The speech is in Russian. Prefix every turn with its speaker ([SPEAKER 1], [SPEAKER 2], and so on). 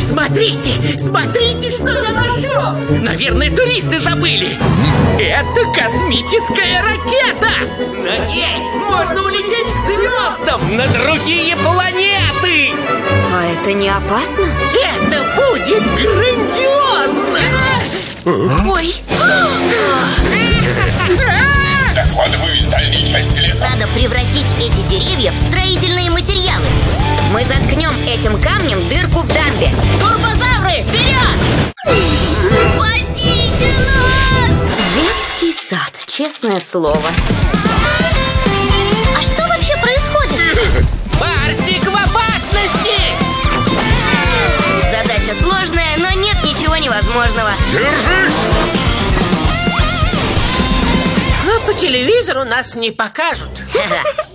[SPEAKER 1] Смотрите, смотрите, что я нашел! Наверное, туристы забыли! Это космическая ракета! На ней можно улететь к звездам, на другие планеты!
[SPEAKER 2] А это не опасно?
[SPEAKER 1] Это будет грандиозно!
[SPEAKER 2] Ой,
[SPEAKER 3] Отходовую из дальней части леса.
[SPEAKER 4] Надо превратить эти деревья в строительные материалы.
[SPEAKER 2] мы заткнем этим камнем дырку в дамбе
[SPEAKER 4] Турбозавры, вперед! Спасите нас!
[SPEAKER 2] Детский сад, честное слово
[SPEAKER 4] А что вообще происходит?
[SPEAKER 1] Барсик в опасности!
[SPEAKER 2] Задача сложная, но нет ничего невозможного
[SPEAKER 3] Держись!
[SPEAKER 1] Но по телевизору нас не покажут.
[SPEAKER 2] Ха-ха.